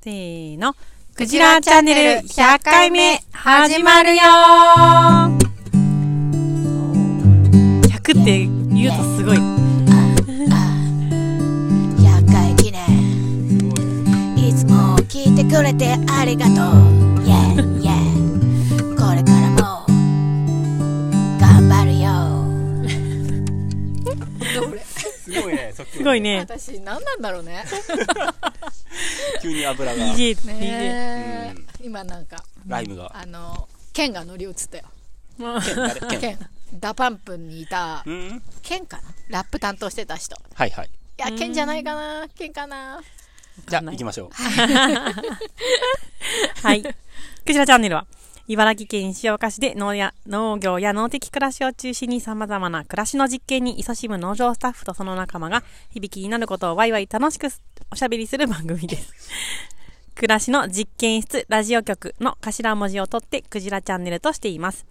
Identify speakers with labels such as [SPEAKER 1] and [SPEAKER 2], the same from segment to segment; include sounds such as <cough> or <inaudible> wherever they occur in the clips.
[SPEAKER 1] せーの。クジラチャンネル100回目始まるよー !100 って言うとすごい。
[SPEAKER 2] 100回記念いつも聞いてくれてありがとうイェイイェイこれからも頑張るよ
[SPEAKER 3] <laughs> すごいね、そっち
[SPEAKER 1] すごいね。
[SPEAKER 4] 私何なんだろうね
[SPEAKER 3] 急に油が、
[SPEAKER 1] DJ、DJ。
[SPEAKER 4] ねえ今なんか
[SPEAKER 3] ライムが。
[SPEAKER 4] あの剣が乗り移ったよ
[SPEAKER 3] 剣誰剣
[SPEAKER 4] 剣ダパンプにいた
[SPEAKER 3] うん
[SPEAKER 4] 剣かなラップ担当してた人い
[SPEAKER 3] はいはい。
[SPEAKER 4] や剣じゃないかな剣かな
[SPEAKER 3] じゃあ、行きましょ
[SPEAKER 1] はい。クジラチャンネルは、茨城県石岡市で農や農業や農的暮らしを中心に様々な暮らしの実験に勤しむ農場スタッフとその仲間が、響きになることをワイワイ楽しくおしゃべりする番組です。 <laughs> 暮らしの実験室ラジオ局の頭文字を取ってクジラチャンネルとしています。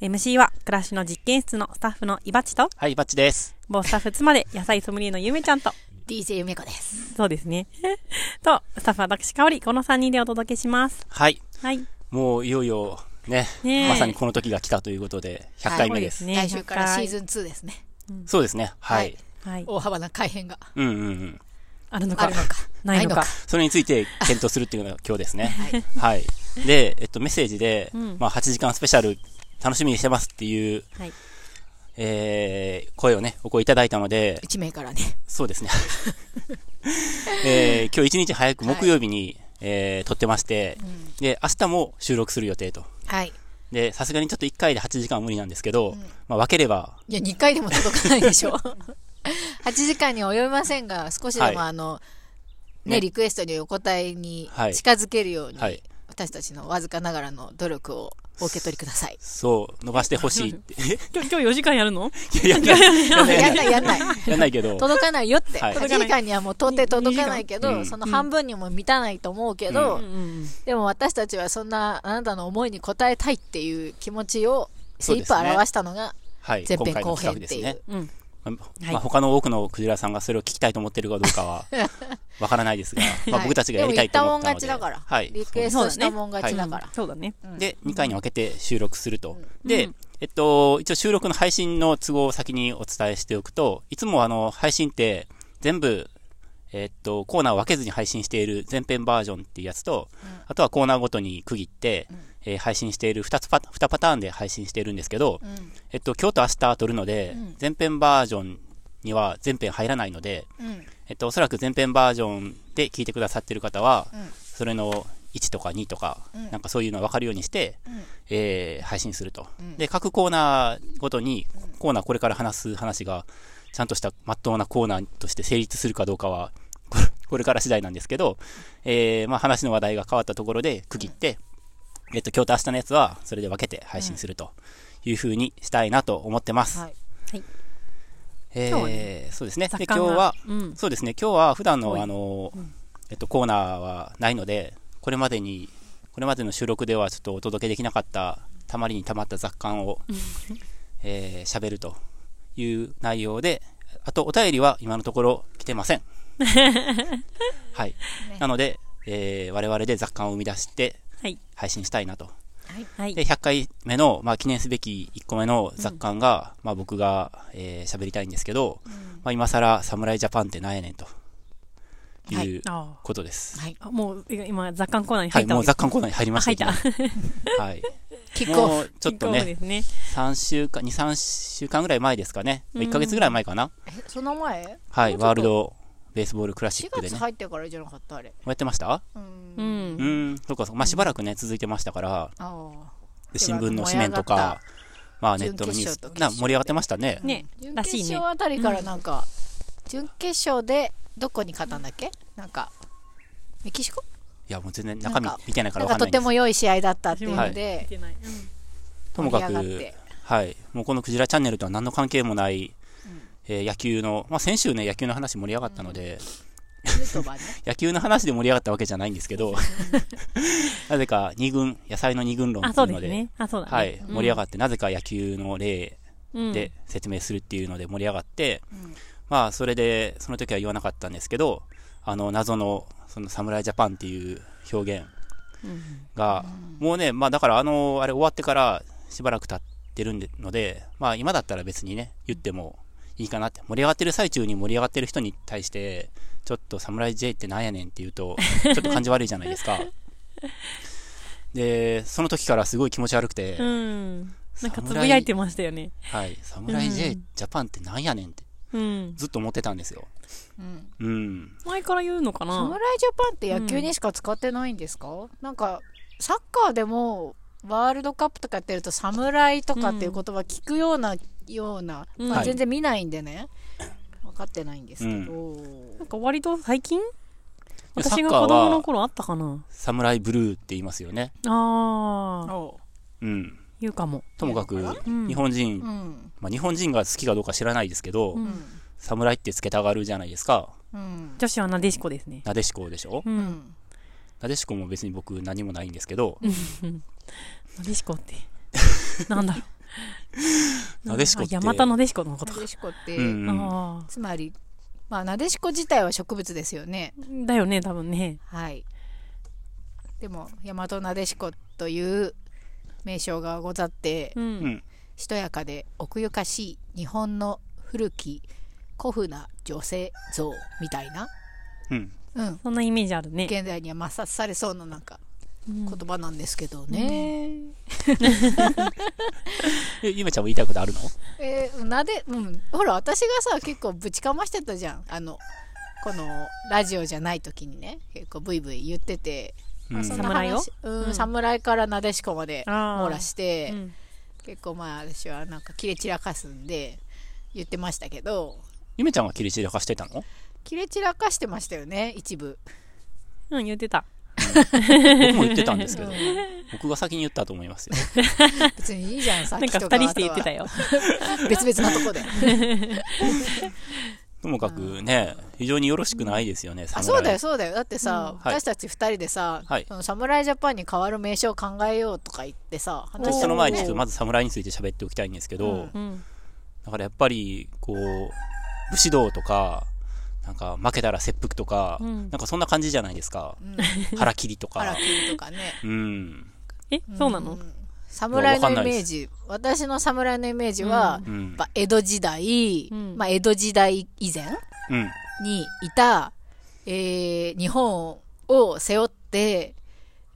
[SPEAKER 1] MC は暮らしの実験室のスタッフのいばちと
[SPEAKER 3] う。、はい、バッチです。
[SPEAKER 1] 某スタッフ妻で野菜ソムリエのゆめちゃんと、
[SPEAKER 4] DJ ゆめこです
[SPEAKER 1] そうですね。 <laughs> と、スタッフ私かおり、この3人でお届けします。
[SPEAKER 3] はい。
[SPEAKER 1] はい。
[SPEAKER 3] もう、いよいよ、ね。
[SPEAKER 1] ねえ
[SPEAKER 3] まさにこの時が来たということで、100回目です。
[SPEAKER 1] ね
[SPEAKER 4] 来週からシー
[SPEAKER 1] ン。
[SPEAKER 4] ズン2ですね
[SPEAKER 3] そうですね。は
[SPEAKER 4] はい
[SPEAKER 3] い。
[SPEAKER 1] はい。
[SPEAKER 4] 大幅な改変が
[SPEAKER 3] うんうんうん。
[SPEAKER 1] あるの
[SPEAKER 4] あ
[SPEAKER 1] か
[SPEAKER 4] るの。か
[SPEAKER 1] ないのか。
[SPEAKER 3] それについて検討するっていうのが今日ですね。はい。で、えっと、メッセージで、まあ、8時間スペシャル楽しみにしてますっていう、
[SPEAKER 1] はい。
[SPEAKER 3] えー、声をね、お声いただいたので、
[SPEAKER 4] 1名からね
[SPEAKER 3] そうですね。 <laughs> えー今日一日早く木曜日に、えー撮ってまして、で、明日も収録する予定と。
[SPEAKER 4] はい
[SPEAKER 3] で、さすがにちょっと1回で8時間は無理なんですけど、まあ分ければ、
[SPEAKER 4] いや2回でも届かないでしょ <laughs> 8時間には及びませんが少しで
[SPEAKER 3] はい
[SPEAKER 4] もあの、
[SPEAKER 3] ね
[SPEAKER 4] ね、リクエストにお答えに
[SPEAKER 3] はい
[SPEAKER 4] 近づけるように、
[SPEAKER 3] はい
[SPEAKER 4] 私たちのわずかながらの努力をお受け取りください。
[SPEAKER 3] そう、伸ばしてほしいって。
[SPEAKER 1] 今日、今日4時間やるの
[SPEAKER 3] <laughs> いや、やんない。や
[SPEAKER 4] <laughs> やん
[SPEAKER 3] んな
[SPEAKER 4] ないいやんない。
[SPEAKER 3] <laughs> やんないけど、
[SPEAKER 4] <laughs> 届かないよって、
[SPEAKER 3] はい
[SPEAKER 4] 8時間にはもう到底届かないけ
[SPEAKER 3] にに
[SPEAKER 4] ど、
[SPEAKER 3] に
[SPEAKER 4] その半分にも満たないと思うけど、でも私たちはそんなあなたの思いに応えたいっていう気持ちを精一杯表したのが、
[SPEAKER 3] はい、
[SPEAKER 4] 前
[SPEAKER 3] 今
[SPEAKER 4] 編
[SPEAKER 3] 回
[SPEAKER 4] 後
[SPEAKER 3] の
[SPEAKER 4] 編
[SPEAKER 3] 企
[SPEAKER 4] っ
[SPEAKER 3] 画で
[SPEAKER 4] てい
[SPEAKER 3] す
[SPEAKER 4] う
[SPEAKER 3] ね。
[SPEAKER 1] うん。
[SPEAKER 3] ま
[SPEAKER 1] はい
[SPEAKER 3] まあ、他の多くのクジラさんがそれを聞きたいと思ってるかどうかは、わからないですが、まあ、僕たちがやりたいと思ったので。
[SPEAKER 4] でも言ったもん勝ちだから、
[SPEAKER 3] はい。
[SPEAKER 4] リクエストしたもん勝ちだから、
[SPEAKER 1] そうだね。
[SPEAKER 3] で、2回に分けて収録すると。で、えっと、一応収録の配信の都合を先にお伝えしておくと、いつもあの、配信って全部、えっと、コーナーを分けずに配信している前編バージョンっていうやつと、あとはコーナーごとに区切って、えー配信している2つパ、2パターンで配信しているんですけど、えっと、今日と明日撮るので、前編バージョンには全編入らないので、
[SPEAKER 4] うん
[SPEAKER 3] えっと、おそらく前編バージョンで聞いてくださってる方は、それの1とか2とか、なんかそういうの分かるようにして、えー配信すると、で、各コーナーごとに、コーナーこれから話す話が、ちゃんとしたまっとうなコーナーとして成立するかどうかは、これこれから次第なんですけど、えーまあ話の話題が変わったところで区切って、えっと、今日と明日のやつは、それで分けて配信するというふうにしたいなと思ってます。
[SPEAKER 4] はい
[SPEAKER 3] え
[SPEAKER 1] 今日は
[SPEAKER 3] ーそうですね。で、
[SPEAKER 1] 雑
[SPEAKER 3] 今
[SPEAKER 1] 感
[SPEAKER 3] 日
[SPEAKER 1] が
[SPEAKER 3] は、
[SPEAKER 1] うん
[SPEAKER 3] そうですね、今日は普段
[SPEAKER 1] 多い
[SPEAKER 3] の、あの、えっと、コーナーはないので、これまでに、これまでの収録ではちょっとお届けできなかった、たまりにたまった雑感を、えー、喋るという内容で、あと、お便りは今のところ来てま
[SPEAKER 1] <laughs>
[SPEAKER 3] せん。はい。なので、えー、我々で雑感を生み出して
[SPEAKER 1] はい。
[SPEAKER 3] 配信したいなと。
[SPEAKER 1] はい
[SPEAKER 3] で、。100回目の、まあ、記念すべき1個目の雑感が、まあ、僕が、えー、喋りたいんですけど、まあ、今更、侍ジャパンってなんやねんと、
[SPEAKER 4] はい
[SPEAKER 3] いう
[SPEAKER 1] あ
[SPEAKER 3] ことです。
[SPEAKER 4] はい、
[SPEAKER 1] あ。もう、今、雑感コーナーに
[SPEAKER 3] は
[SPEAKER 1] 入
[SPEAKER 3] い、
[SPEAKER 1] った
[SPEAKER 3] も
[SPEAKER 1] わ
[SPEAKER 3] う
[SPEAKER 1] け
[SPEAKER 3] 雑感コーナーに入りましたけど、
[SPEAKER 1] あ入
[SPEAKER 3] <laughs>
[SPEAKER 4] <laughs>
[SPEAKER 3] はい。
[SPEAKER 4] キックオフ
[SPEAKER 3] もう、ちょっと
[SPEAKER 1] そう
[SPEAKER 3] ね
[SPEAKER 1] で、すね。
[SPEAKER 3] 3週間、2、3週間ぐらい前ですかね。
[SPEAKER 1] うん
[SPEAKER 3] 1ヶ月ぐらい前かな。
[SPEAKER 4] えその前
[SPEAKER 3] はい、
[SPEAKER 4] もうちょっと
[SPEAKER 3] ワールドベースボールクラシ
[SPEAKER 4] 4
[SPEAKER 3] ックで
[SPEAKER 4] 月
[SPEAKER 3] ね。
[SPEAKER 4] 入ってからじゃなかったあれ
[SPEAKER 3] やってました
[SPEAKER 4] う
[SPEAKER 1] うん。
[SPEAKER 3] うんん、そうかそうか。まあ、しばらくね、続いてましたから、
[SPEAKER 4] ああ
[SPEAKER 3] で新聞の紙面と
[SPEAKER 4] 盛り上がっ
[SPEAKER 3] か、まあ、ネットのニュー
[SPEAKER 4] 準
[SPEAKER 3] ス
[SPEAKER 4] 決勝と、決
[SPEAKER 3] な
[SPEAKER 4] 勝
[SPEAKER 3] 盛り上がってましたね。
[SPEAKER 1] ね、
[SPEAKER 4] 準
[SPEAKER 1] らしい
[SPEAKER 4] 決
[SPEAKER 1] ね
[SPEAKER 4] 勝。あたりからなんか、準決勝でどこに勝ったんだっけなんかメキシコ
[SPEAKER 3] いや、もう全然中身
[SPEAKER 4] なんか
[SPEAKER 3] 見てないから
[SPEAKER 4] なん
[SPEAKER 3] わか
[SPEAKER 4] か
[SPEAKER 3] ん
[SPEAKER 4] とて
[SPEAKER 3] ないんですけど
[SPEAKER 4] も良い試合だったっていうの
[SPEAKER 1] 見
[SPEAKER 4] で、
[SPEAKER 1] てない。
[SPEAKER 3] ともか
[SPEAKER 4] 盛り上がっ
[SPEAKER 3] く
[SPEAKER 4] て、
[SPEAKER 3] はい、もうこのクジラチャンネルとは何の関係もない、えー野球の、まあ、先週ね、野球の話盛り上がったので、
[SPEAKER 4] ヌートバーね
[SPEAKER 3] 野球の話で盛り上がったわけじゃないんですけど、 <laughs> なぜか二軍、野菜の二軍論
[SPEAKER 1] あ、
[SPEAKER 3] って
[SPEAKER 1] そ
[SPEAKER 3] いうう
[SPEAKER 1] で
[SPEAKER 3] の
[SPEAKER 1] す
[SPEAKER 3] で、
[SPEAKER 1] ね。あ、そうだね。
[SPEAKER 3] はい、盛り上がって、なぜか野球の例
[SPEAKER 1] うん
[SPEAKER 3] で説明するっていうので盛り上がって、まあ、それで、その時は言わなかったんですけど、あの、謎の、その、侍ジャパンっていう表現
[SPEAKER 1] うん
[SPEAKER 3] が、もうね、まあだからあの、あれ終わってからしばらく経ってるんでので、まあ今だったら別にね、言ってもいいかなって、盛り上がってる最中に盛り上がってる人に対して、ちょっと侍 J ってなんやねんって言うと、ちょっと感じ悪いじゃないですか。で、その時からすごい気持ち悪くて、
[SPEAKER 1] うん。なんか
[SPEAKER 3] 侍
[SPEAKER 1] つぶやいてましたよね。
[SPEAKER 3] はい、侍 J、
[SPEAKER 1] うん
[SPEAKER 3] ジャパンってなんやねんって
[SPEAKER 1] うん。
[SPEAKER 3] ずっと思ってたんですよ。
[SPEAKER 4] <laughs> うん
[SPEAKER 3] うん。
[SPEAKER 1] 前から言うのかな
[SPEAKER 4] 侍ジャパンって野球にしか使ってないんですか、なんかサッカーでもワールドカップとかやってると侍とかっていう言葉聞くような、ような、
[SPEAKER 1] うん
[SPEAKER 4] ま
[SPEAKER 3] は
[SPEAKER 4] あ、
[SPEAKER 3] い
[SPEAKER 4] 全然見ないんでね、分かってないんですけど、
[SPEAKER 1] なんか割と最近
[SPEAKER 3] やサ
[SPEAKER 1] 私
[SPEAKER 3] ッ
[SPEAKER 1] が
[SPEAKER 3] カーは
[SPEAKER 1] 子供の頃あったかな
[SPEAKER 3] 侍ブルーって言いますよね。
[SPEAKER 1] ああ、
[SPEAKER 4] お
[SPEAKER 3] うん。
[SPEAKER 1] 言うかも。
[SPEAKER 3] ともかく
[SPEAKER 4] いやだ、
[SPEAKER 1] うん
[SPEAKER 3] 日本人、
[SPEAKER 4] ううん
[SPEAKER 3] まあ、日本人が好きかどうか知らないですけど、
[SPEAKER 1] う
[SPEAKER 4] うんん
[SPEAKER 3] 侍ってつけたがるじゃないですか。
[SPEAKER 4] うん
[SPEAKER 1] 女子はなでしこですね。
[SPEAKER 3] なでしこでしょ
[SPEAKER 1] う。
[SPEAKER 4] うんん
[SPEAKER 3] なでしこも別に僕何もないんですけど、
[SPEAKER 1] なでしこ
[SPEAKER 4] <laughs>
[SPEAKER 1] って。なんだろう。
[SPEAKER 3] なでしこって
[SPEAKER 1] あ山田なでしこのこと
[SPEAKER 4] な
[SPEAKER 1] か。
[SPEAKER 4] でしこって、
[SPEAKER 3] うんうん
[SPEAKER 1] あ
[SPEAKER 4] つまりまあなでしこ自体は植物ですよね
[SPEAKER 1] あ。だよね、多分ね。
[SPEAKER 4] はいでも大和なでしこという名称がござって
[SPEAKER 1] う。
[SPEAKER 3] うんん。
[SPEAKER 4] しとやかで奥ゆかしい日本の古き古風な女性像みたいな、
[SPEAKER 3] うん。
[SPEAKER 4] うん、
[SPEAKER 1] そんなイメージあるね。
[SPEAKER 4] 現代には抹殺されそうななんか
[SPEAKER 1] うん
[SPEAKER 4] 言葉なんですけどね、
[SPEAKER 3] え、ゆめちゃんも言いたいことあるの
[SPEAKER 4] えーなでうんほら私がさ結構ぶちかましてたじゃんあのこのラジオじゃない時にね結構ブイブイ言ってて、
[SPEAKER 3] うん
[SPEAKER 4] そんな
[SPEAKER 1] 侍を
[SPEAKER 4] 話うん
[SPEAKER 1] うん
[SPEAKER 4] 侍からなでしこまで
[SPEAKER 1] あー
[SPEAKER 4] 網羅して、
[SPEAKER 1] うん
[SPEAKER 4] 結構まあ私はなんか切れ散らかすんで言ってましたけど
[SPEAKER 3] ゆめちゃんは切り散らかしてたの
[SPEAKER 4] 切れ散らかしてましたよね一部
[SPEAKER 1] うん、言ってた。
[SPEAKER 3] 僕も言ってたんですけど
[SPEAKER 4] うん、
[SPEAKER 3] 僕が先に言ったと思いますよ。
[SPEAKER 4] 別にいいじゃんさっ
[SPEAKER 1] なん
[SPEAKER 4] き
[SPEAKER 1] か
[SPEAKER 4] と
[SPEAKER 1] 二人して言ってた
[SPEAKER 4] よ
[SPEAKER 1] よ。
[SPEAKER 4] 別々のとこで
[SPEAKER 3] ともかくね、非常によろしくないですよね、
[SPEAKER 4] あ
[SPEAKER 3] 侍
[SPEAKER 4] そうだよ。そうだよだってさ、
[SPEAKER 3] はい
[SPEAKER 4] 私たち二人でさ、
[SPEAKER 3] はい
[SPEAKER 4] その侍ジャパンに代わる名称を考えようとか言ってさ話し
[SPEAKER 3] 私
[SPEAKER 4] た
[SPEAKER 3] その前にちょっ
[SPEAKER 4] ね
[SPEAKER 3] とまず侍について喋っておきたいんですけど、
[SPEAKER 4] うん
[SPEAKER 1] うん。
[SPEAKER 3] だからやっぱり、こう、武士道とか、なんか負けたら切腹とか、
[SPEAKER 1] うん
[SPEAKER 3] なんかそんな感じじゃないですか。
[SPEAKER 4] うん
[SPEAKER 3] 腹切りと
[SPEAKER 4] ハラ
[SPEAKER 3] か
[SPEAKER 4] キ。ーとかね
[SPEAKER 3] うん。
[SPEAKER 1] え、そうなの
[SPEAKER 4] ん侍のイメージ私の侍のイメージは、
[SPEAKER 3] う
[SPEAKER 4] や
[SPEAKER 3] ん
[SPEAKER 4] っ。ぱ江戸時代、
[SPEAKER 1] うん
[SPEAKER 4] まあ、江戸時代以前
[SPEAKER 3] うん。
[SPEAKER 4] にいた、えー日本を背負って、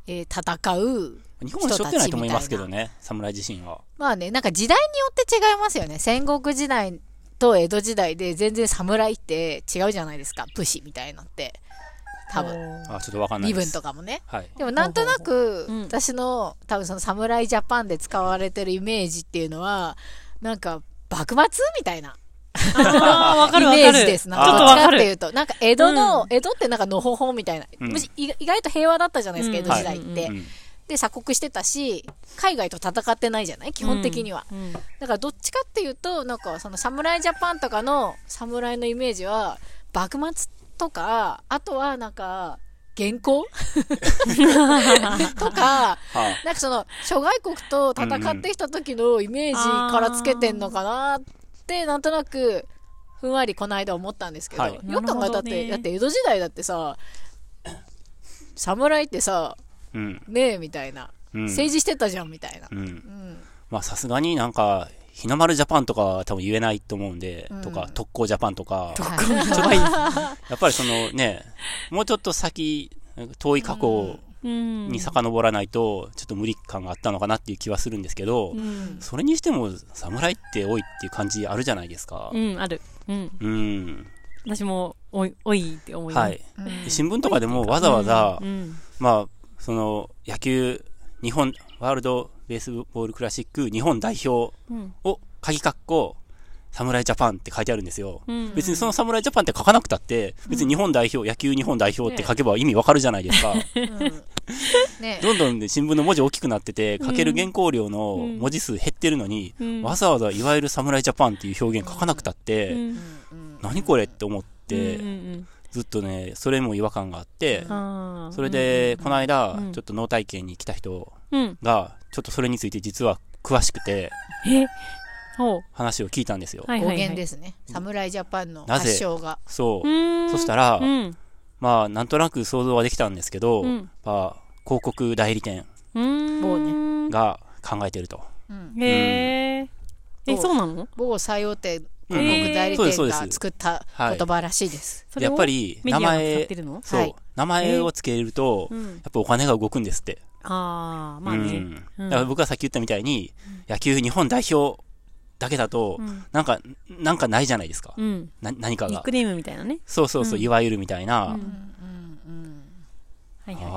[SPEAKER 4] えー戦う
[SPEAKER 3] 日本は背負ってないと思いますけどね、侍自身は。
[SPEAKER 4] まあね、なんか時代によって違いますよね。戦国時代と江戸時代で全然侍って違うじゃないですか。武士みたいなって。多分。
[SPEAKER 3] あ、ちょっとわかんない
[SPEAKER 4] 身
[SPEAKER 3] です。
[SPEAKER 4] 分とかもね。
[SPEAKER 3] はい。
[SPEAKER 4] でもなんとな
[SPEAKER 1] ほ
[SPEAKER 4] く
[SPEAKER 1] うほううん、
[SPEAKER 4] 私の多分その侍ジャパンで使われてるイメージっていうのは、なんか幕末みたいな
[SPEAKER 1] ああ、わか
[SPEAKER 4] イ
[SPEAKER 1] るわかる。
[SPEAKER 4] メージです。なん
[SPEAKER 3] あ
[SPEAKER 4] か
[SPEAKER 3] ー
[SPEAKER 4] どっちかっていうと。なんか江戸の、
[SPEAKER 1] う
[SPEAKER 4] 江戸ってなんかのほほんみたいな。
[SPEAKER 3] うん
[SPEAKER 4] むし意意外と平和だったじゃないですか、
[SPEAKER 1] うん
[SPEAKER 4] 江戸時代って。
[SPEAKER 1] はい
[SPEAKER 3] うん。
[SPEAKER 4] で、鎖国してたし、海外と戦ってないじゃない基本的には。
[SPEAKER 1] うん。
[SPEAKER 4] だからどっちかっていうとなんかその侍ジャパンとかの侍のイメージは幕末とかあとはなんか元寇 <laughs> とか
[SPEAKER 3] は
[SPEAKER 4] なんかその諸外国と戦ってきた時のイメージからつけてんのかなってなんとなくふんわりこの間思ったんですけど、
[SPEAKER 3] はい
[SPEAKER 4] よく考えたっ
[SPEAKER 1] なるほどね
[SPEAKER 4] て、だって江戸時代だってさ侍ってさ
[SPEAKER 3] うん。
[SPEAKER 4] ねえみたいな、
[SPEAKER 3] うん。
[SPEAKER 4] 政治してたじゃんみたいな
[SPEAKER 3] う、ん。
[SPEAKER 4] うん、
[SPEAKER 3] まあさすがになんか、日の丸ジャパンとかは多分言えないと思うんで、
[SPEAKER 4] うん
[SPEAKER 3] とか、特攻ジャパンと
[SPEAKER 4] は
[SPEAKER 3] か、
[SPEAKER 4] い
[SPEAKER 3] ちょっとやっぱりそのね、もうちょっと先、遠い過去
[SPEAKER 1] うん。
[SPEAKER 3] に遡らないと、ちょっと無理感があったのかなっていう気はするんですけど、
[SPEAKER 1] うん。
[SPEAKER 3] それにしても、侍って多いっていう感じあるじゃないですか
[SPEAKER 1] う。ん、ある。うん。
[SPEAKER 3] うん。
[SPEAKER 1] 私も、おい、おいって思います。
[SPEAKER 3] は
[SPEAKER 1] うん。
[SPEAKER 3] い。
[SPEAKER 4] うん
[SPEAKER 3] 新聞とかでもわざわざ
[SPEAKER 1] う、ん。
[SPEAKER 3] まあ、その野球、日本、ワールドベースボールクラシック日本代表
[SPEAKER 1] うん。
[SPEAKER 3] を鍵括弧、侍ジャパンって書いてあるんですよ。
[SPEAKER 1] うん
[SPEAKER 3] 別にその侍ジャパンって書かなくたって、別に日本代表、野球日本代表って書けば意味わかるじゃないですか。
[SPEAKER 4] うんね
[SPEAKER 3] どんどんね新聞の文字大きくなってて、書ける原稿料の文字数減ってるのに、
[SPEAKER 1] うん
[SPEAKER 3] わざわざいわゆる侍ジャパンっていう表現書かなくたって、
[SPEAKER 1] うん
[SPEAKER 4] うん
[SPEAKER 3] 何これって思って、
[SPEAKER 1] うんうん
[SPEAKER 3] ずっとね、それも違和感があって
[SPEAKER 1] うん、ああ。
[SPEAKER 3] それで、この間
[SPEAKER 1] うん、
[SPEAKER 3] ちょっと脳体験に来た人
[SPEAKER 1] うん。
[SPEAKER 3] が、ちょっとそれについて実は詳しくて、
[SPEAKER 1] え、ほう。
[SPEAKER 3] 話を聞いたんですよ。
[SPEAKER 1] はいはい、
[SPEAKER 4] 語
[SPEAKER 1] はい。。
[SPEAKER 4] 源ですすね。侍ジャパンの
[SPEAKER 3] なぜ
[SPEAKER 4] 発祥が。
[SPEAKER 3] そうう。
[SPEAKER 1] ーん。
[SPEAKER 3] そしたら
[SPEAKER 1] う、ん。
[SPEAKER 3] まあ、なんとなく想像はできたんですけど、
[SPEAKER 1] うん
[SPEAKER 3] まあ、広告代理店
[SPEAKER 1] うーん。
[SPEAKER 4] も
[SPEAKER 3] が考えてると。
[SPEAKER 4] うん、
[SPEAKER 1] へえ。え、そうなの
[SPEAKER 4] 某最大手
[SPEAKER 3] うん
[SPEAKER 1] へー
[SPEAKER 4] 僕代理
[SPEAKER 3] そうで
[SPEAKER 4] 店
[SPEAKER 3] すそうです
[SPEAKER 4] が作った
[SPEAKER 3] はい
[SPEAKER 4] 言葉らしいです。
[SPEAKER 1] それ
[SPEAKER 3] や
[SPEAKER 1] を
[SPEAKER 3] っぱり、
[SPEAKER 1] メデ
[SPEAKER 3] 名
[SPEAKER 1] ィアが使っ
[SPEAKER 3] 前
[SPEAKER 1] て、るの
[SPEAKER 3] そう、
[SPEAKER 4] はい
[SPEAKER 3] 名前をつけると、
[SPEAKER 1] う
[SPEAKER 3] や
[SPEAKER 1] ん。
[SPEAKER 3] っぱお金が動くんですって。
[SPEAKER 1] ああ、まあ
[SPEAKER 3] うん
[SPEAKER 1] ね。うん
[SPEAKER 3] だから僕がさっき言ったみたいに、野球日本代表だけだと、
[SPEAKER 1] うん
[SPEAKER 3] なんか、なんかないじゃないですか。
[SPEAKER 1] うん。
[SPEAKER 3] な何か
[SPEAKER 1] ニッ
[SPEAKER 3] が
[SPEAKER 1] ク。ネームみたいなね。
[SPEAKER 3] そうそうそう、
[SPEAKER 1] うん
[SPEAKER 3] いわゆるみたい
[SPEAKER 1] う
[SPEAKER 3] な、
[SPEAKER 4] うん
[SPEAKER 1] ん
[SPEAKER 4] うん
[SPEAKER 1] はいはい。
[SPEAKER 3] あ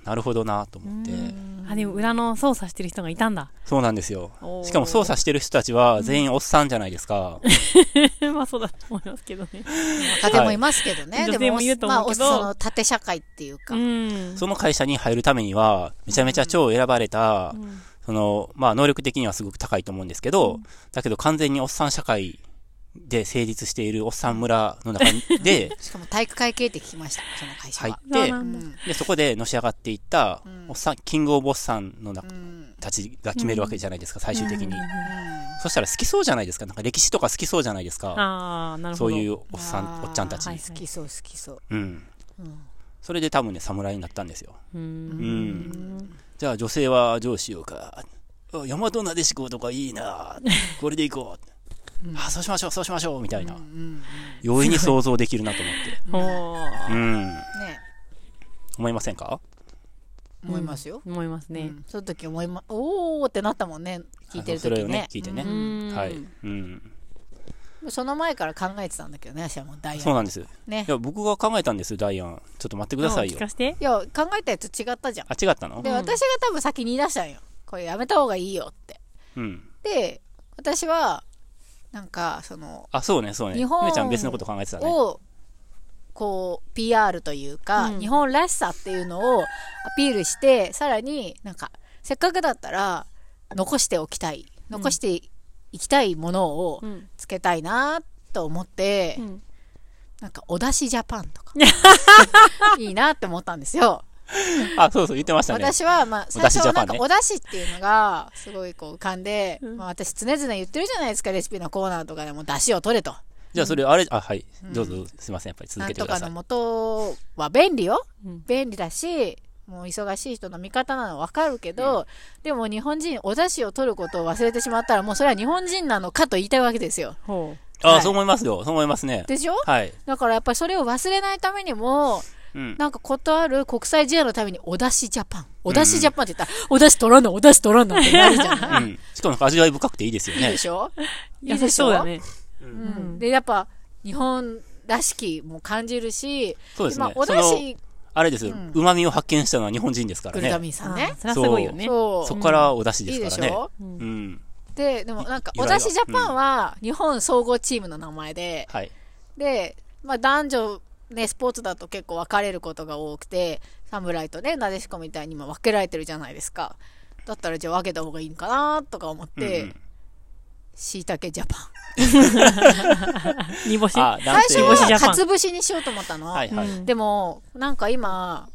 [SPEAKER 3] あ、なるほどなと思って、
[SPEAKER 4] うん
[SPEAKER 1] あ、でも裏の操作してる人がいたんだ。
[SPEAKER 3] そうなんですよ。
[SPEAKER 4] おー
[SPEAKER 3] しかも操作してる人たちは全員おっさんじゃないですか。
[SPEAKER 1] <laughs> まあそうだと思いますけどね。
[SPEAKER 4] 若手もいますけどね。
[SPEAKER 1] はい
[SPEAKER 4] で
[SPEAKER 1] 女性もいると思うけど
[SPEAKER 4] まあ、その縦社会っていうか。
[SPEAKER 1] うん。
[SPEAKER 3] その会社に入るためには、めちゃめちゃ超選ばれた、
[SPEAKER 1] うん
[SPEAKER 3] その、まあ能力的にはすごく高いと思うんですけど、だけど完全におっさん社会で成立しているおっさん村の中で
[SPEAKER 4] しかも体育会系って聞きました、その会社
[SPEAKER 3] 入っ
[SPEAKER 4] は。
[SPEAKER 1] そう
[SPEAKER 3] て
[SPEAKER 1] な、んだ
[SPEAKER 4] うん
[SPEAKER 3] で、そこでのし上がっていった、おっさん、キングオブおっさんのな
[SPEAKER 4] うん
[SPEAKER 3] たちが決めるわけじゃないですか、最終的に。
[SPEAKER 4] うん
[SPEAKER 3] そしたら好きそうじゃないですか。なんか歴史とか好きそうじゃないですか。
[SPEAKER 1] ああ、なるほ
[SPEAKER 3] そ
[SPEAKER 1] ど。
[SPEAKER 3] ういうおっさ
[SPEAKER 4] あ
[SPEAKER 3] ん、
[SPEAKER 4] ー
[SPEAKER 3] おっちゃんたち
[SPEAKER 1] はい。
[SPEAKER 4] 好きそう好きそう。
[SPEAKER 3] うん。
[SPEAKER 4] うん
[SPEAKER 3] それで多分ね、侍になったんですよ。
[SPEAKER 1] う。
[SPEAKER 3] うんん。じゃあ女性はどうしようか。あ大和なでしことかいいな。これでいこう。あ、そうしましょう、そうしましょう、みたいな。
[SPEAKER 4] うん
[SPEAKER 3] 容易に想像できるなと思
[SPEAKER 1] <laughs>
[SPEAKER 3] って。
[SPEAKER 1] おー
[SPEAKER 3] うん。
[SPEAKER 4] ね
[SPEAKER 3] 思いませんか
[SPEAKER 4] 思いますよ。
[SPEAKER 1] 思います
[SPEAKER 4] う
[SPEAKER 1] ね。
[SPEAKER 4] んその時思いま、おーってなったもんね。聞いてる
[SPEAKER 3] あのそれ
[SPEAKER 4] 時
[SPEAKER 3] をね
[SPEAKER 4] ね、
[SPEAKER 3] 聞いてね
[SPEAKER 1] う。ん。
[SPEAKER 3] はい。うん。
[SPEAKER 4] その前から考えてたんだけどね、私はもうダイヤ
[SPEAKER 3] そうなんです。い
[SPEAKER 4] ね。
[SPEAKER 3] や、僕が考えたんですよ、ダイアン。ちょっと待ってください
[SPEAKER 1] 聞
[SPEAKER 3] よ。
[SPEAKER 1] かして。
[SPEAKER 4] いや、考えたやつ違ったじゃん。
[SPEAKER 3] あ、違ったの
[SPEAKER 4] で、私が多分先に言い出したんよ。これやめた方がいいよって。
[SPEAKER 3] うん。
[SPEAKER 4] で、私は、なんか、その、
[SPEAKER 3] あ、そうね、そうね。
[SPEAKER 4] 日
[SPEAKER 3] ゆ
[SPEAKER 4] 本
[SPEAKER 3] めちゃん別のこと考えてたね。
[SPEAKER 4] を、こう、PR というか、
[SPEAKER 1] うん
[SPEAKER 4] 日本らしさっていうのをアピールして、さらになんか、せっかくだったら、残しておきたい。残していきたいものを
[SPEAKER 1] うん。
[SPEAKER 4] つけたいなと思って、
[SPEAKER 1] うん
[SPEAKER 4] なんか、お出しジャパンとか、
[SPEAKER 1] <laughs>
[SPEAKER 4] いいなって思ったんですよ。
[SPEAKER 3] あ、そうそう、言ってましたね。
[SPEAKER 4] 私は、まあ、
[SPEAKER 3] お
[SPEAKER 4] 最
[SPEAKER 3] 出汁
[SPEAKER 4] 初はなん
[SPEAKER 3] ジャパン
[SPEAKER 4] か
[SPEAKER 3] ね、
[SPEAKER 4] お出汁っていうのが、すごいこう浮かんで、
[SPEAKER 1] ん
[SPEAKER 4] まあ、私常々言ってるじゃないですか、レシピのコーナーとかでも、出汁を取れと。
[SPEAKER 3] じゃあそれ、あれ、あ、はい。どうぞ、すいません。やっぱり続
[SPEAKER 4] なん
[SPEAKER 3] けて
[SPEAKER 4] と
[SPEAKER 3] くだ
[SPEAKER 4] か
[SPEAKER 3] さ
[SPEAKER 4] の
[SPEAKER 3] い。
[SPEAKER 4] 元は便利よ。
[SPEAKER 1] うん
[SPEAKER 4] 便利だし、もう忙しい人の味方なの分かるけど、でも日本人、お出汁を取ることを忘れてしまったら、もうそれは日本人なのかと言いたいわけですよ。
[SPEAKER 1] ほ
[SPEAKER 3] あ、そう思いますよ。そう思いますね。
[SPEAKER 4] でしょ
[SPEAKER 3] はい。
[SPEAKER 4] だからやっぱりそれを忘れないためにも、
[SPEAKER 3] うん。
[SPEAKER 4] なんかことある国際試合のために、お出汁ジャパン。お出汁ジャパンって言ったら、お出汁取らんの、お出汁取らんのってなるじゃない。
[SPEAKER 3] うん。しかもなんか味わい深くていいですよ
[SPEAKER 4] いい
[SPEAKER 3] ね
[SPEAKER 4] で。しょ
[SPEAKER 1] う。
[SPEAKER 4] いい
[SPEAKER 1] 優
[SPEAKER 4] で
[SPEAKER 1] し
[SPEAKER 4] し
[SPEAKER 1] そ
[SPEAKER 4] ょ
[SPEAKER 1] うだね。
[SPEAKER 4] うんでやっぱ日本らしきも感じるし、
[SPEAKER 3] そうです
[SPEAKER 4] まあ
[SPEAKER 3] ね。
[SPEAKER 4] お
[SPEAKER 3] そ
[SPEAKER 4] だ
[SPEAKER 3] の、
[SPEAKER 4] し
[SPEAKER 3] あれですよ
[SPEAKER 4] うん。
[SPEAKER 3] 旨味を発見したのは日本人ですか
[SPEAKER 4] グ
[SPEAKER 3] ら
[SPEAKER 4] ルタ
[SPEAKER 3] ね。
[SPEAKER 4] ミンさん
[SPEAKER 1] あ
[SPEAKER 4] ね
[SPEAKER 1] ー。それはすごいよね。
[SPEAKER 4] そ
[SPEAKER 3] そうっからお出汁
[SPEAKER 4] いい
[SPEAKER 3] で
[SPEAKER 4] ですし
[SPEAKER 3] からね。
[SPEAKER 4] ょ
[SPEAKER 1] うん
[SPEAKER 3] うん。
[SPEAKER 4] ででもなんか
[SPEAKER 3] い
[SPEAKER 4] おだし
[SPEAKER 3] い
[SPEAKER 4] ジ
[SPEAKER 3] ろいろ
[SPEAKER 4] ャパンは日本総合チームの名前で、
[SPEAKER 3] はい。
[SPEAKER 4] で、まあ、男女ねスポーツだと結構分かれることが多くて侍とねなでしこみたいに今分けられてるじゃないですかだったらじゃあ分けた方がいいんかなとか思っ
[SPEAKER 3] う
[SPEAKER 4] て
[SPEAKER 3] ん
[SPEAKER 4] しいたけジャパン
[SPEAKER 1] 煮干し。
[SPEAKER 3] あ、
[SPEAKER 4] 最
[SPEAKER 3] 男
[SPEAKER 4] 初
[SPEAKER 3] 性
[SPEAKER 1] 煮干しジャ
[SPEAKER 4] は
[SPEAKER 1] パン
[SPEAKER 4] かつ節にしようと思ったの、
[SPEAKER 3] はいはい。
[SPEAKER 1] うん
[SPEAKER 4] でもなんか今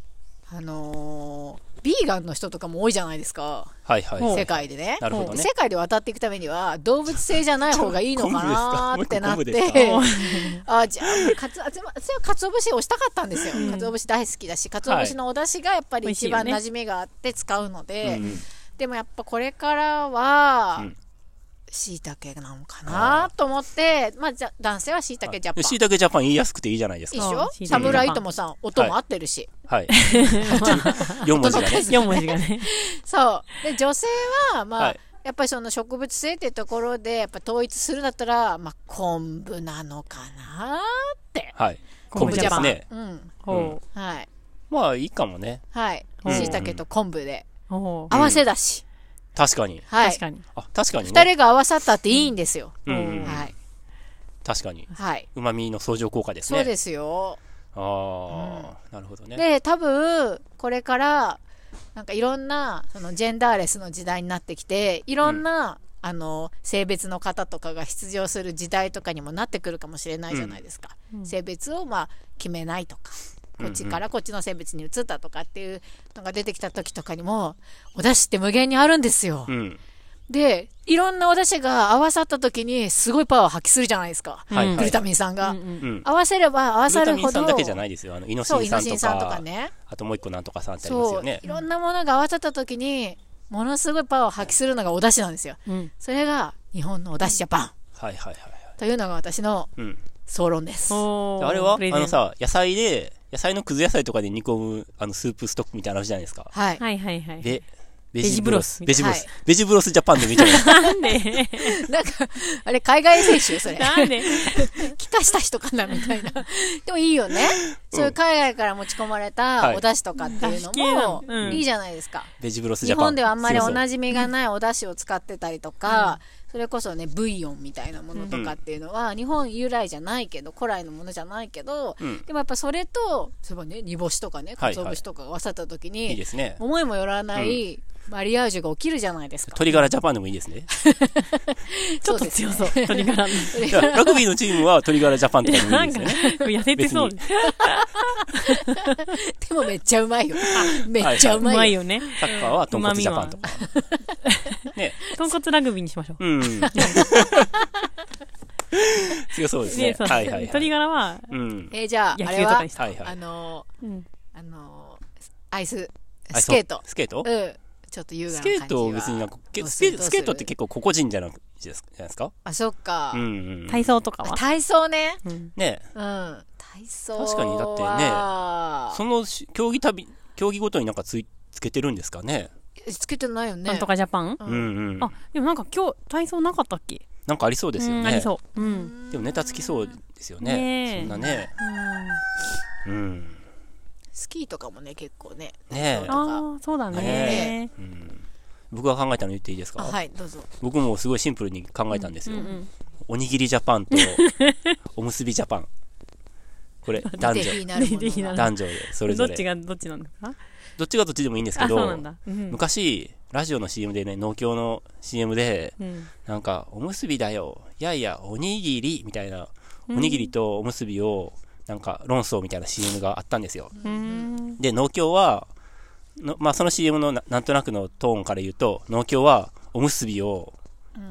[SPEAKER 4] あのービーガンの人とかも多いじゃないですか
[SPEAKER 3] はいはい。
[SPEAKER 1] うん
[SPEAKER 4] 世界でね
[SPEAKER 3] なるほどね
[SPEAKER 4] 世界で渡っていくためには動物性じゃない方がいいのかなーってなっ
[SPEAKER 3] ちょっと
[SPEAKER 4] て <laughs> あじゃあかつあつま私はかつお節をしたかったんですよ、かつお節大好きだしかつお節のお出汁がやっぱり一番
[SPEAKER 1] 美味
[SPEAKER 4] 馴染みがあって使うので、
[SPEAKER 3] うんうん
[SPEAKER 4] でもやっぱこれからは
[SPEAKER 3] うん
[SPEAKER 4] しいたけなのかなと思ってまあじゃ男性はしいたけジャパン、
[SPEAKER 3] しいたけジャパン言いやすくていいじゃないです
[SPEAKER 4] 一
[SPEAKER 3] か。
[SPEAKER 1] うん
[SPEAKER 4] 緒
[SPEAKER 1] 椎茸
[SPEAKER 4] 侍ともさん音も合ってるし、 <laughs>
[SPEAKER 3] はい。4文字がね。
[SPEAKER 1] 4文字が
[SPEAKER 3] <laughs>
[SPEAKER 1] ね。
[SPEAKER 4] そうで女性はまあ、
[SPEAKER 3] はい
[SPEAKER 4] やっぱりその植物性っていうところでやっぱ統一するんだったら、まあ、昆布なのかなって
[SPEAKER 3] はい。
[SPEAKER 1] 昆
[SPEAKER 3] 昆
[SPEAKER 1] 布
[SPEAKER 3] 布
[SPEAKER 1] ジ
[SPEAKER 3] で
[SPEAKER 1] ャパ
[SPEAKER 3] す
[SPEAKER 1] ン
[SPEAKER 3] ね。
[SPEAKER 4] うん
[SPEAKER 1] ほ
[SPEAKER 4] はい
[SPEAKER 3] まあいいかもね。
[SPEAKER 4] はい
[SPEAKER 1] うん
[SPEAKER 4] しいたけと昆布で
[SPEAKER 1] う。ほう。
[SPEAKER 4] 合わせだし、
[SPEAKER 3] 確かに。
[SPEAKER 4] はい
[SPEAKER 1] 確かに。
[SPEAKER 3] あ、確かに
[SPEAKER 4] 二
[SPEAKER 3] ね。
[SPEAKER 4] 人が合わさったっていいんですよ、
[SPEAKER 3] うんうん
[SPEAKER 4] は。い
[SPEAKER 3] 確かに。
[SPEAKER 4] はい
[SPEAKER 3] 旨味の相乗効果ですね。
[SPEAKER 4] そうですよ、
[SPEAKER 3] ああ、なるほどね。
[SPEAKER 4] で多分これからなんかいろんなそのジェンダーレスの時代になってきていろんな、あの性別の方とかが出場する時代とかにもなってくるかもしれないじゃないですか、
[SPEAKER 1] うん
[SPEAKER 4] 性別をまあ決めないとか
[SPEAKER 3] うん
[SPEAKER 4] こっ
[SPEAKER 3] うん
[SPEAKER 4] ちからこっちの性別に移ったとかっていうのが出てきた時とかにもお出汁って無限にあるんですよ、
[SPEAKER 3] うん。
[SPEAKER 4] で、いろんな私が合わさった時にすごいパワー発揮するじゃないですか。
[SPEAKER 3] はい、
[SPEAKER 4] グ
[SPEAKER 3] は
[SPEAKER 4] ル
[SPEAKER 3] い。
[SPEAKER 4] タミン酸が。
[SPEAKER 1] うんうん
[SPEAKER 3] うん。
[SPEAKER 4] 合わせれば合わ
[SPEAKER 3] グ
[SPEAKER 4] さ
[SPEAKER 3] ルタ
[SPEAKER 4] る
[SPEAKER 3] ミン
[SPEAKER 4] ほ
[SPEAKER 3] 酸
[SPEAKER 4] ど。
[SPEAKER 3] だけじゃないですよ。あの、イノシ
[SPEAKER 4] そう、イ
[SPEAKER 3] ン
[SPEAKER 4] ノシン
[SPEAKER 3] 酸
[SPEAKER 4] 酸
[SPEAKER 3] と
[SPEAKER 4] とか
[SPEAKER 3] か、
[SPEAKER 4] ね。
[SPEAKER 3] あともう一個なんとか酸ってあります
[SPEAKER 4] そ
[SPEAKER 3] よ
[SPEAKER 4] う、
[SPEAKER 3] ね
[SPEAKER 4] い。ろんなものが合わさった時に、ものすごいパワーを発揮するのがお出汁なんですよ。
[SPEAKER 1] うん
[SPEAKER 4] それが、日本のお出汁ジャパン
[SPEAKER 3] はいはいはいはい。
[SPEAKER 4] というのが私の
[SPEAKER 3] うん。
[SPEAKER 4] 総論です。
[SPEAKER 1] おー
[SPEAKER 3] あれはあ
[SPEAKER 1] プレゼン
[SPEAKER 3] のさ、野菜で、野菜のくず野菜とかで煮込む、あの、スープストックみたいなのあるじゃないですか。
[SPEAKER 4] はい。 <laughs>
[SPEAKER 1] はいはいはい。
[SPEAKER 3] ベ、ベ
[SPEAKER 1] ジブロス
[SPEAKER 3] ベジブロス。
[SPEAKER 4] は
[SPEAKER 3] ベジブロスジャパンで見
[SPEAKER 4] <laughs>
[SPEAKER 3] てる。
[SPEAKER 1] なんで
[SPEAKER 3] <laughs>
[SPEAKER 4] なんか、あれ、海外選手よそれ。
[SPEAKER 1] なんで
[SPEAKER 4] 帰化した人かなみたいな。 <laughs> でもいいよね。そういう海外から持ち込まれた
[SPEAKER 3] はい
[SPEAKER 4] お出汁とかっていう
[SPEAKER 1] 出汁系な
[SPEAKER 4] の
[SPEAKER 1] のう
[SPEAKER 4] も、
[SPEAKER 1] ん
[SPEAKER 4] いいじゃないですか。
[SPEAKER 3] ベジブロスジ
[SPEAKER 4] 日
[SPEAKER 3] ャパン。
[SPEAKER 4] 本ではあんまりお馴
[SPEAKER 3] じ。
[SPEAKER 4] 染みがないお出汁を使ってたりとか、それこそねブイヨンみたいなものとかっていうのは、日本由来じゃないけど古来のものじゃないけど、
[SPEAKER 3] うん
[SPEAKER 4] でもやっぱそれとそういえばね煮干しとかね
[SPEAKER 3] はいはい
[SPEAKER 4] 鰹節とかが合わさった時に、
[SPEAKER 3] いいですね。
[SPEAKER 4] 思いもよらないマリアージュが起きるじゃないですか、
[SPEAKER 3] 鶏ガラジャパンでもいいですね。
[SPEAKER 1] ちょっと強そう。
[SPEAKER 4] <laughs> ですね
[SPEAKER 1] 鶏ガラ。
[SPEAKER 3] いやラグビーのチームは鶏ガラジャパンとかでも
[SPEAKER 1] ない
[SPEAKER 3] い
[SPEAKER 1] ん
[SPEAKER 3] です
[SPEAKER 1] か、
[SPEAKER 3] ね。
[SPEAKER 1] 痩せてそう。
[SPEAKER 3] 別
[SPEAKER 4] でもめっちゃう
[SPEAKER 3] <laughs>
[SPEAKER 4] まいよめっちゃう
[SPEAKER 1] う
[SPEAKER 4] ま
[SPEAKER 1] ま
[SPEAKER 4] い
[SPEAKER 1] い
[SPEAKER 4] よ
[SPEAKER 1] よね。
[SPEAKER 3] サッカーは <laughs> 豚骨ジャパンとか。ね。
[SPEAKER 1] 豚骨ラグビーにしましょう。
[SPEAKER 3] うん。 <laughs> 強そうですね。
[SPEAKER 1] そう
[SPEAKER 3] はいはいは
[SPEAKER 1] 鶏
[SPEAKER 3] い。
[SPEAKER 1] ガラは、
[SPEAKER 3] うん。
[SPEAKER 4] えーじゃあ
[SPEAKER 1] 野
[SPEAKER 4] あ
[SPEAKER 1] 球
[SPEAKER 4] れ
[SPEAKER 1] とか
[SPEAKER 4] は
[SPEAKER 1] にし
[SPEAKER 3] はいは
[SPEAKER 4] あ
[SPEAKER 3] い。
[SPEAKER 4] の
[SPEAKER 1] うん
[SPEAKER 4] ーあのーアイス
[SPEAKER 3] あ
[SPEAKER 4] スケート
[SPEAKER 3] そうスケート
[SPEAKER 4] うんちょっと優雅
[SPEAKER 3] ス
[SPEAKER 4] な感じ
[SPEAKER 3] ケート別になんか
[SPEAKER 4] は、
[SPEAKER 3] け
[SPEAKER 4] どう
[SPEAKER 3] ス
[SPEAKER 4] す
[SPEAKER 3] ケ
[SPEAKER 4] る
[SPEAKER 3] ー
[SPEAKER 4] どう
[SPEAKER 3] トス
[SPEAKER 4] す
[SPEAKER 3] ケ
[SPEAKER 4] る
[SPEAKER 3] ートって結構個々人じゃなくじゃないですか
[SPEAKER 4] あそっか、
[SPEAKER 3] うんうん。
[SPEAKER 1] 体操とか
[SPEAKER 4] あ
[SPEAKER 1] は。
[SPEAKER 4] 体操ね
[SPEAKER 1] うん
[SPEAKER 3] ね
[SPEAKER 4] うん体操
[SPEAKER 3] 確かにだってね
[SPEAKER 4] は
[SPEAKER 3] そのし競技旅、競技ごとになんかついつけてるんですかね。
[SPEAKER 4] つけてないよね
[SPEAKER 1] なんとかジャパン
[SPEAKER 4] う
[SPEAKER 3] うん
[SPEAKER 4] ん
[SPEAKER 3] うん。
[SPEAKER 1] あ、でもなんか今日体操なかったっけ
[SPEAKER 3] なんかありそうですよ
[SPEAKER 1] うんあり
[SPEAKER 3] ね。
[SPEAKER 1] そう。うん。
[SPEAKER 3] でもネタつきそうですよ
[SPEAKER 1] ねえ
[SPEAKER 3] ね。そんなね。うん。
[SPEAKER 4] スキーとかもね結構ね
[SPEAKER 3] ねえ
[SPEAKER 4] そう
[SPEAKER 1] ああ、そうだね
[SPEAKER 4] ね。
[SPEAKER 3] うん僕が考えたの言っていいです
[SPEAKER 4] あ
[SPEAKER 3] か
[SPEAKER 4] はいどうぞ
[SPEAKER 3] 僕もすごいシンプルに考えたんですよ。
[SPEAKER 1] うんうん
[SPEAKER 3] おにぎりジャ
[SPEAKER 1] <laughs>
[SPEAKER 3] パンと、おむすびジャパン。これ、男
[SPEAKER 4] デ
[SPEAKER 3] 女
[SPEAKER 4] リ。ーなるもの
[SPEAKER 1] デリーなる
[SPEAKER 3] 男女で、それ
[SPEAKER 1] ど
[SPEAKER 3] ぞ
[SPEAKER 1] っ
[SPEAKER 3] れ。
[SPEAKER 1] ちがどっちなんですか
[SPEAKER 3] どっちがどっちでもいいんですけ
[SPEAKER 1] あ、そうな
[SPEAKER 3] ど
[SPEAKER 1] ん、だ。うん。
[SPEAKER 3] 昔、ラジオの CM でね、農協の CM で、
[SPEAKER 1] うん
[SPEAKER 3] なんか、おむすびだよ。いやいや、おにぎり。みたいな、おにぎりとおむすびを、なんか、論争みたいな CM があったんですよ。
[SPEAKER 1] うん。
[SPEAKER 3] で、農協は、のまあ、その CM のななんとなくのトーンから言うと、農協は、おむすびを、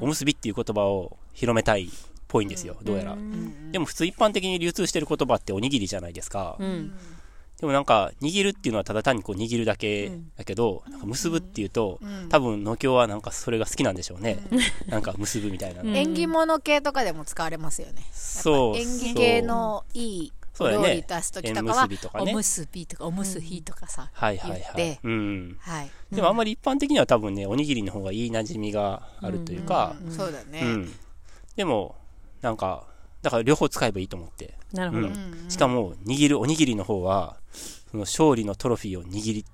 [SPEAKER 3] おむすびっていう言葉を広めたいっぽいんですよ、どうやら。でも普通一般的に流通してる言葉っておにぎりじゃないですか。
[SPEAKER 1] うん。
[SPEAKER 3] でもなんか、握るっていうのはただ単にこう握るだけだけど、なんか結ぶっていうと、多分農協はなんかそれが好きなんでしょうね。なんか結ぶみたいな。
[SPEAKER 1] うん
[SPEAKER 4] 縁起物系とかでも使われますよね
[SPEAKER 3] そう。
[SPEAKER 4] 縁起系のいい
[SPEAKER 3] そ
[SPEAKER 4] お
[SPEAKER 3] うだよ
[SPEAKER 4] 料
[SPEAKER 3] ね
[SPEAKER 4] 理出す時とか
[SPEAKER 3] 縁
[SPEAKER 4] は
[SPEAKER 3] 結びとか
[SPEAKER 4] お
[SPEAKER 3] ね
[SPEAKER 4] むすびとかおむすひとかさ
[SPEAKER 3] はいはいは
[SPEAKER 4] 言っ
[SPEAKER 3] い
[SPEAKER 4] て。
[SPEAKER 3] うん。
[SPEAKER 4] はい
[SPEAKER 3] でもあんまり一般的には多分ね、おにぎりの方がいい馴染みがあるというか、
[SPEAKER 4] そうだ
[SPEAKER 3] う
[SPEAKER 4] ね
[SPEAKER 3] ん。でも、なんか、だから両方使えばいいと思って。
[SPEAKER 1] なるほ
[SPEAKER 3] う
[SPEAKER 1] ど。
[SPEAKER 3] ん、しかも握るおにぎりの方はその勝利のトロフィーを握 <laughs> り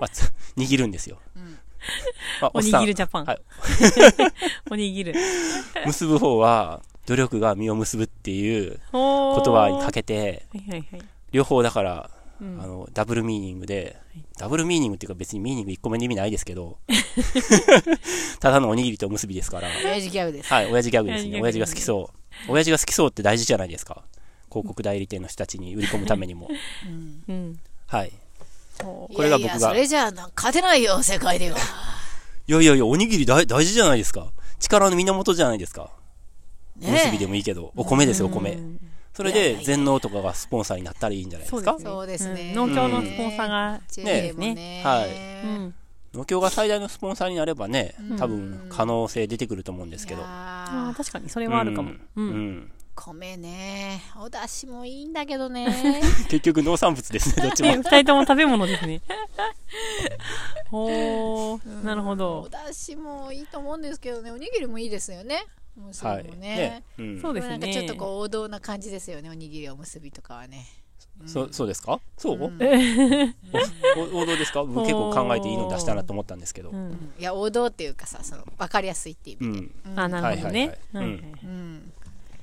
[SPEAKER 3] まあ <laughs> つ握るんですよ、まあ、
[SPEAKER 1] おに
[SPEAKER 3] っさん
[SPEAKER 1] ぎるジャパン
[SPEAKER 3] はい。
[SPEAKER 1] <laughs> おに
[SPEAKER 3] <laughs>
[SPEAKER 1] ぎる。
[SPEAKER 3] 結ぶ方は努力が実を結ぶっていう
[SPEAKER 1] お
[SPEAKER 3] 言
[SPEAKER 1] ー
[SPEAKER 3] 葉にかけて
[SPEAKER 1] はいはいはい。
[SPEAKER 3] 両方だから、あのダブルミーニングで、ダブルミーニングっていうか別にミーニング1個目の意味ないですけ <laughs> どただのおにぎりとおむすびですから
[SPEAKER 4] 親父ギャグです
[SPEAKER 3] はい親父ギャグですね
[SPEAKER 1] 親
[SPEAKER 3] 親
[SPEAKER 1] 父
[SPEAKER 3] 父
[SPEAKER 1] ギャグ
[SPEAKER 3] が好きそう親父が好きそうって大事じゃないですか広告代理店の人たちに売り込むためにも
[SPEAKER 1] うん。
[SPEAKER 3] はい
[SPEAKER 1] おー
[SPEAKER 3] これが僕が
[SPEAKER 4] いやいやそれじゃあなんか勝てないよ世界ではい
[SPEAKER 3] やいやいや、おにぎり大大事じゃないですか。力の源じゃないですか。おむすびでもいいけど、お米ですよ、お米。それで、全農とかがスポンサーになったらいいんじゃないですか。
[SPEAKER 4] そうですね
[SPEAKER 1] うん農協のスポンサーが。
[SPEAKER 4] J
[SPEAKER 3] ね
[SPEAKER 4] リーグもね
[SPEAKER 3] は
[SPEAKER 1] うん。
[SPEAKER 3] 農協が最大のスポンサーになればね、多分、可能性出てくると思うんですけど。
[SPEAKER 1] あ
[SPEAKER 4] あ
[SPEAKER 1] あ、
[SPEAKER 4] ー
[SPEAKER 1] 確かに、それはあるかも。
[SPEAKER 3] う。
[SPEAKER 1] うんん。
[SPEAKER 3] うん
[SPEAKER 4] 米ねお出汁もいいんだけどね
[SPEAKER 3] 結局、農産物ですね、どっ
[SPEAKER 1] <laughs>
[SPEAKER 3] ち
[SPEAKER 1] ね
[SPEAKER 3] も。
[SPEAKER 1] 二人とも食べ物です
[SPEAKER 3] <laughs>
[SPEAKER 1] ね。おー、なるほ
[SPEAKER 4] お
[SPEAKER 1] ど。
[SPEAKER 4] 出汁もいいと思うんですけどねおにぎりもいいですよねおむすび
[SPEAKER 3] はい。
[SPEAKER 4] も
[SPEAKER 3] ね
[SPEAKER 4] ね。
[SPEAKER 3] うん
[SPEAKER 1] そう
[SPEAKER 4] で
[SPEAKER 1] で
[SPEAKER 4] もな
[SPEAKER 1] す
[SPEAKER 4] んかちょっと
[SPEAKER 1] ね。
[SPEAKER 4] こう王道な感じですよねおにぎりおむすびとかはね
[SPEAKER 3] そそうですかそうおお王道ですか僕結構考えていいの出したなと思ったんですけど
[SPEAKER 1] う。ん。
[SPEAKER 4] いや王道っていうかさその分かりやすいっていう
[SPEAKER 3] う
[SPEAKER 4] 意味で
[SPEAKER 3] ん。
[SPEAKER 1] あ、なるほどね。
[SPEAKER 3] はいはいはい
[SPEAKER 1] はいはい
[SPEAKER 4] うん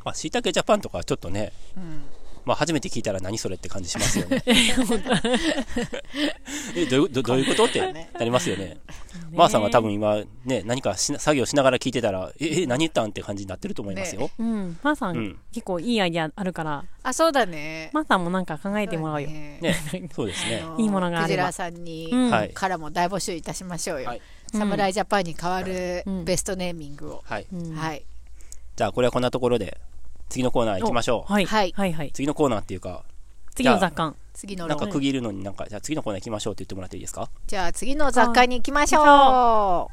[SPEAKER 3] まあ、しいたけジャパンとかはちょっとね、
[SPEAKER 4] うん
[SPEAKER 3] まあ、初めて聞いたら何それって感じしますよ
[SPEAKER 1] <laughs>
[SPEAKER 3] ね。えどういうどどういうことってなりますよね。まーさんが多分今、ね、何かしな作業しながら聞いてたら、え、え何言ったんって感じになってると思いますよ。
[SPEAKER 1] うん。まーさ
[SPEAKER 3] うんん、
[SPEAKER 1] 結構いいアイディアあるから、
[SPEAKER 4] あそうだね
[SPEAKER 1] まーさんもなんか考えてもらおうよ。
[SPEAKER 4] ね
[SPEAKER 3] ね、そうですね。
[SPEAKER 1] いいものがあれば
[SPEAKER 4] クジラさんに
[SPEAKER 1] うん
[SPEAKER 3] はい
[SPEAKER 4] からも大募集いたしましょうよ、
[SPEAKER 3] はい
[SPEAKER 4] 侍ジャパンに変わる
[SPEAKER 1] うん
[SPEAKER 4] ベストネーミングを。
[SPEAKER 3] はい。
[SPEAKER 1] うん
[SPEAKER 4] はい。
[SPEAKER 3] じゃあ、これはこんなところで、次のコーナー行きましょう。
[SPEAKER 1] はい。
[SPEAKER 4] は
[SPEAKER 1] はいい。はい。
[SPEAKER 3] 次のコーナーっていうか、
[SPEAKER 1] 次の雑感。
[SPEAKER 4] 次の
[SPEAKER 3] な
[SPEAKER 4] 論
[SPEAKER 3] んか区切るのになんか、じゃあ次のコーナー行きましょうって言ってもらっていいですか
[SPEAKER 4] じゃあ次の雑貨に行きましょう。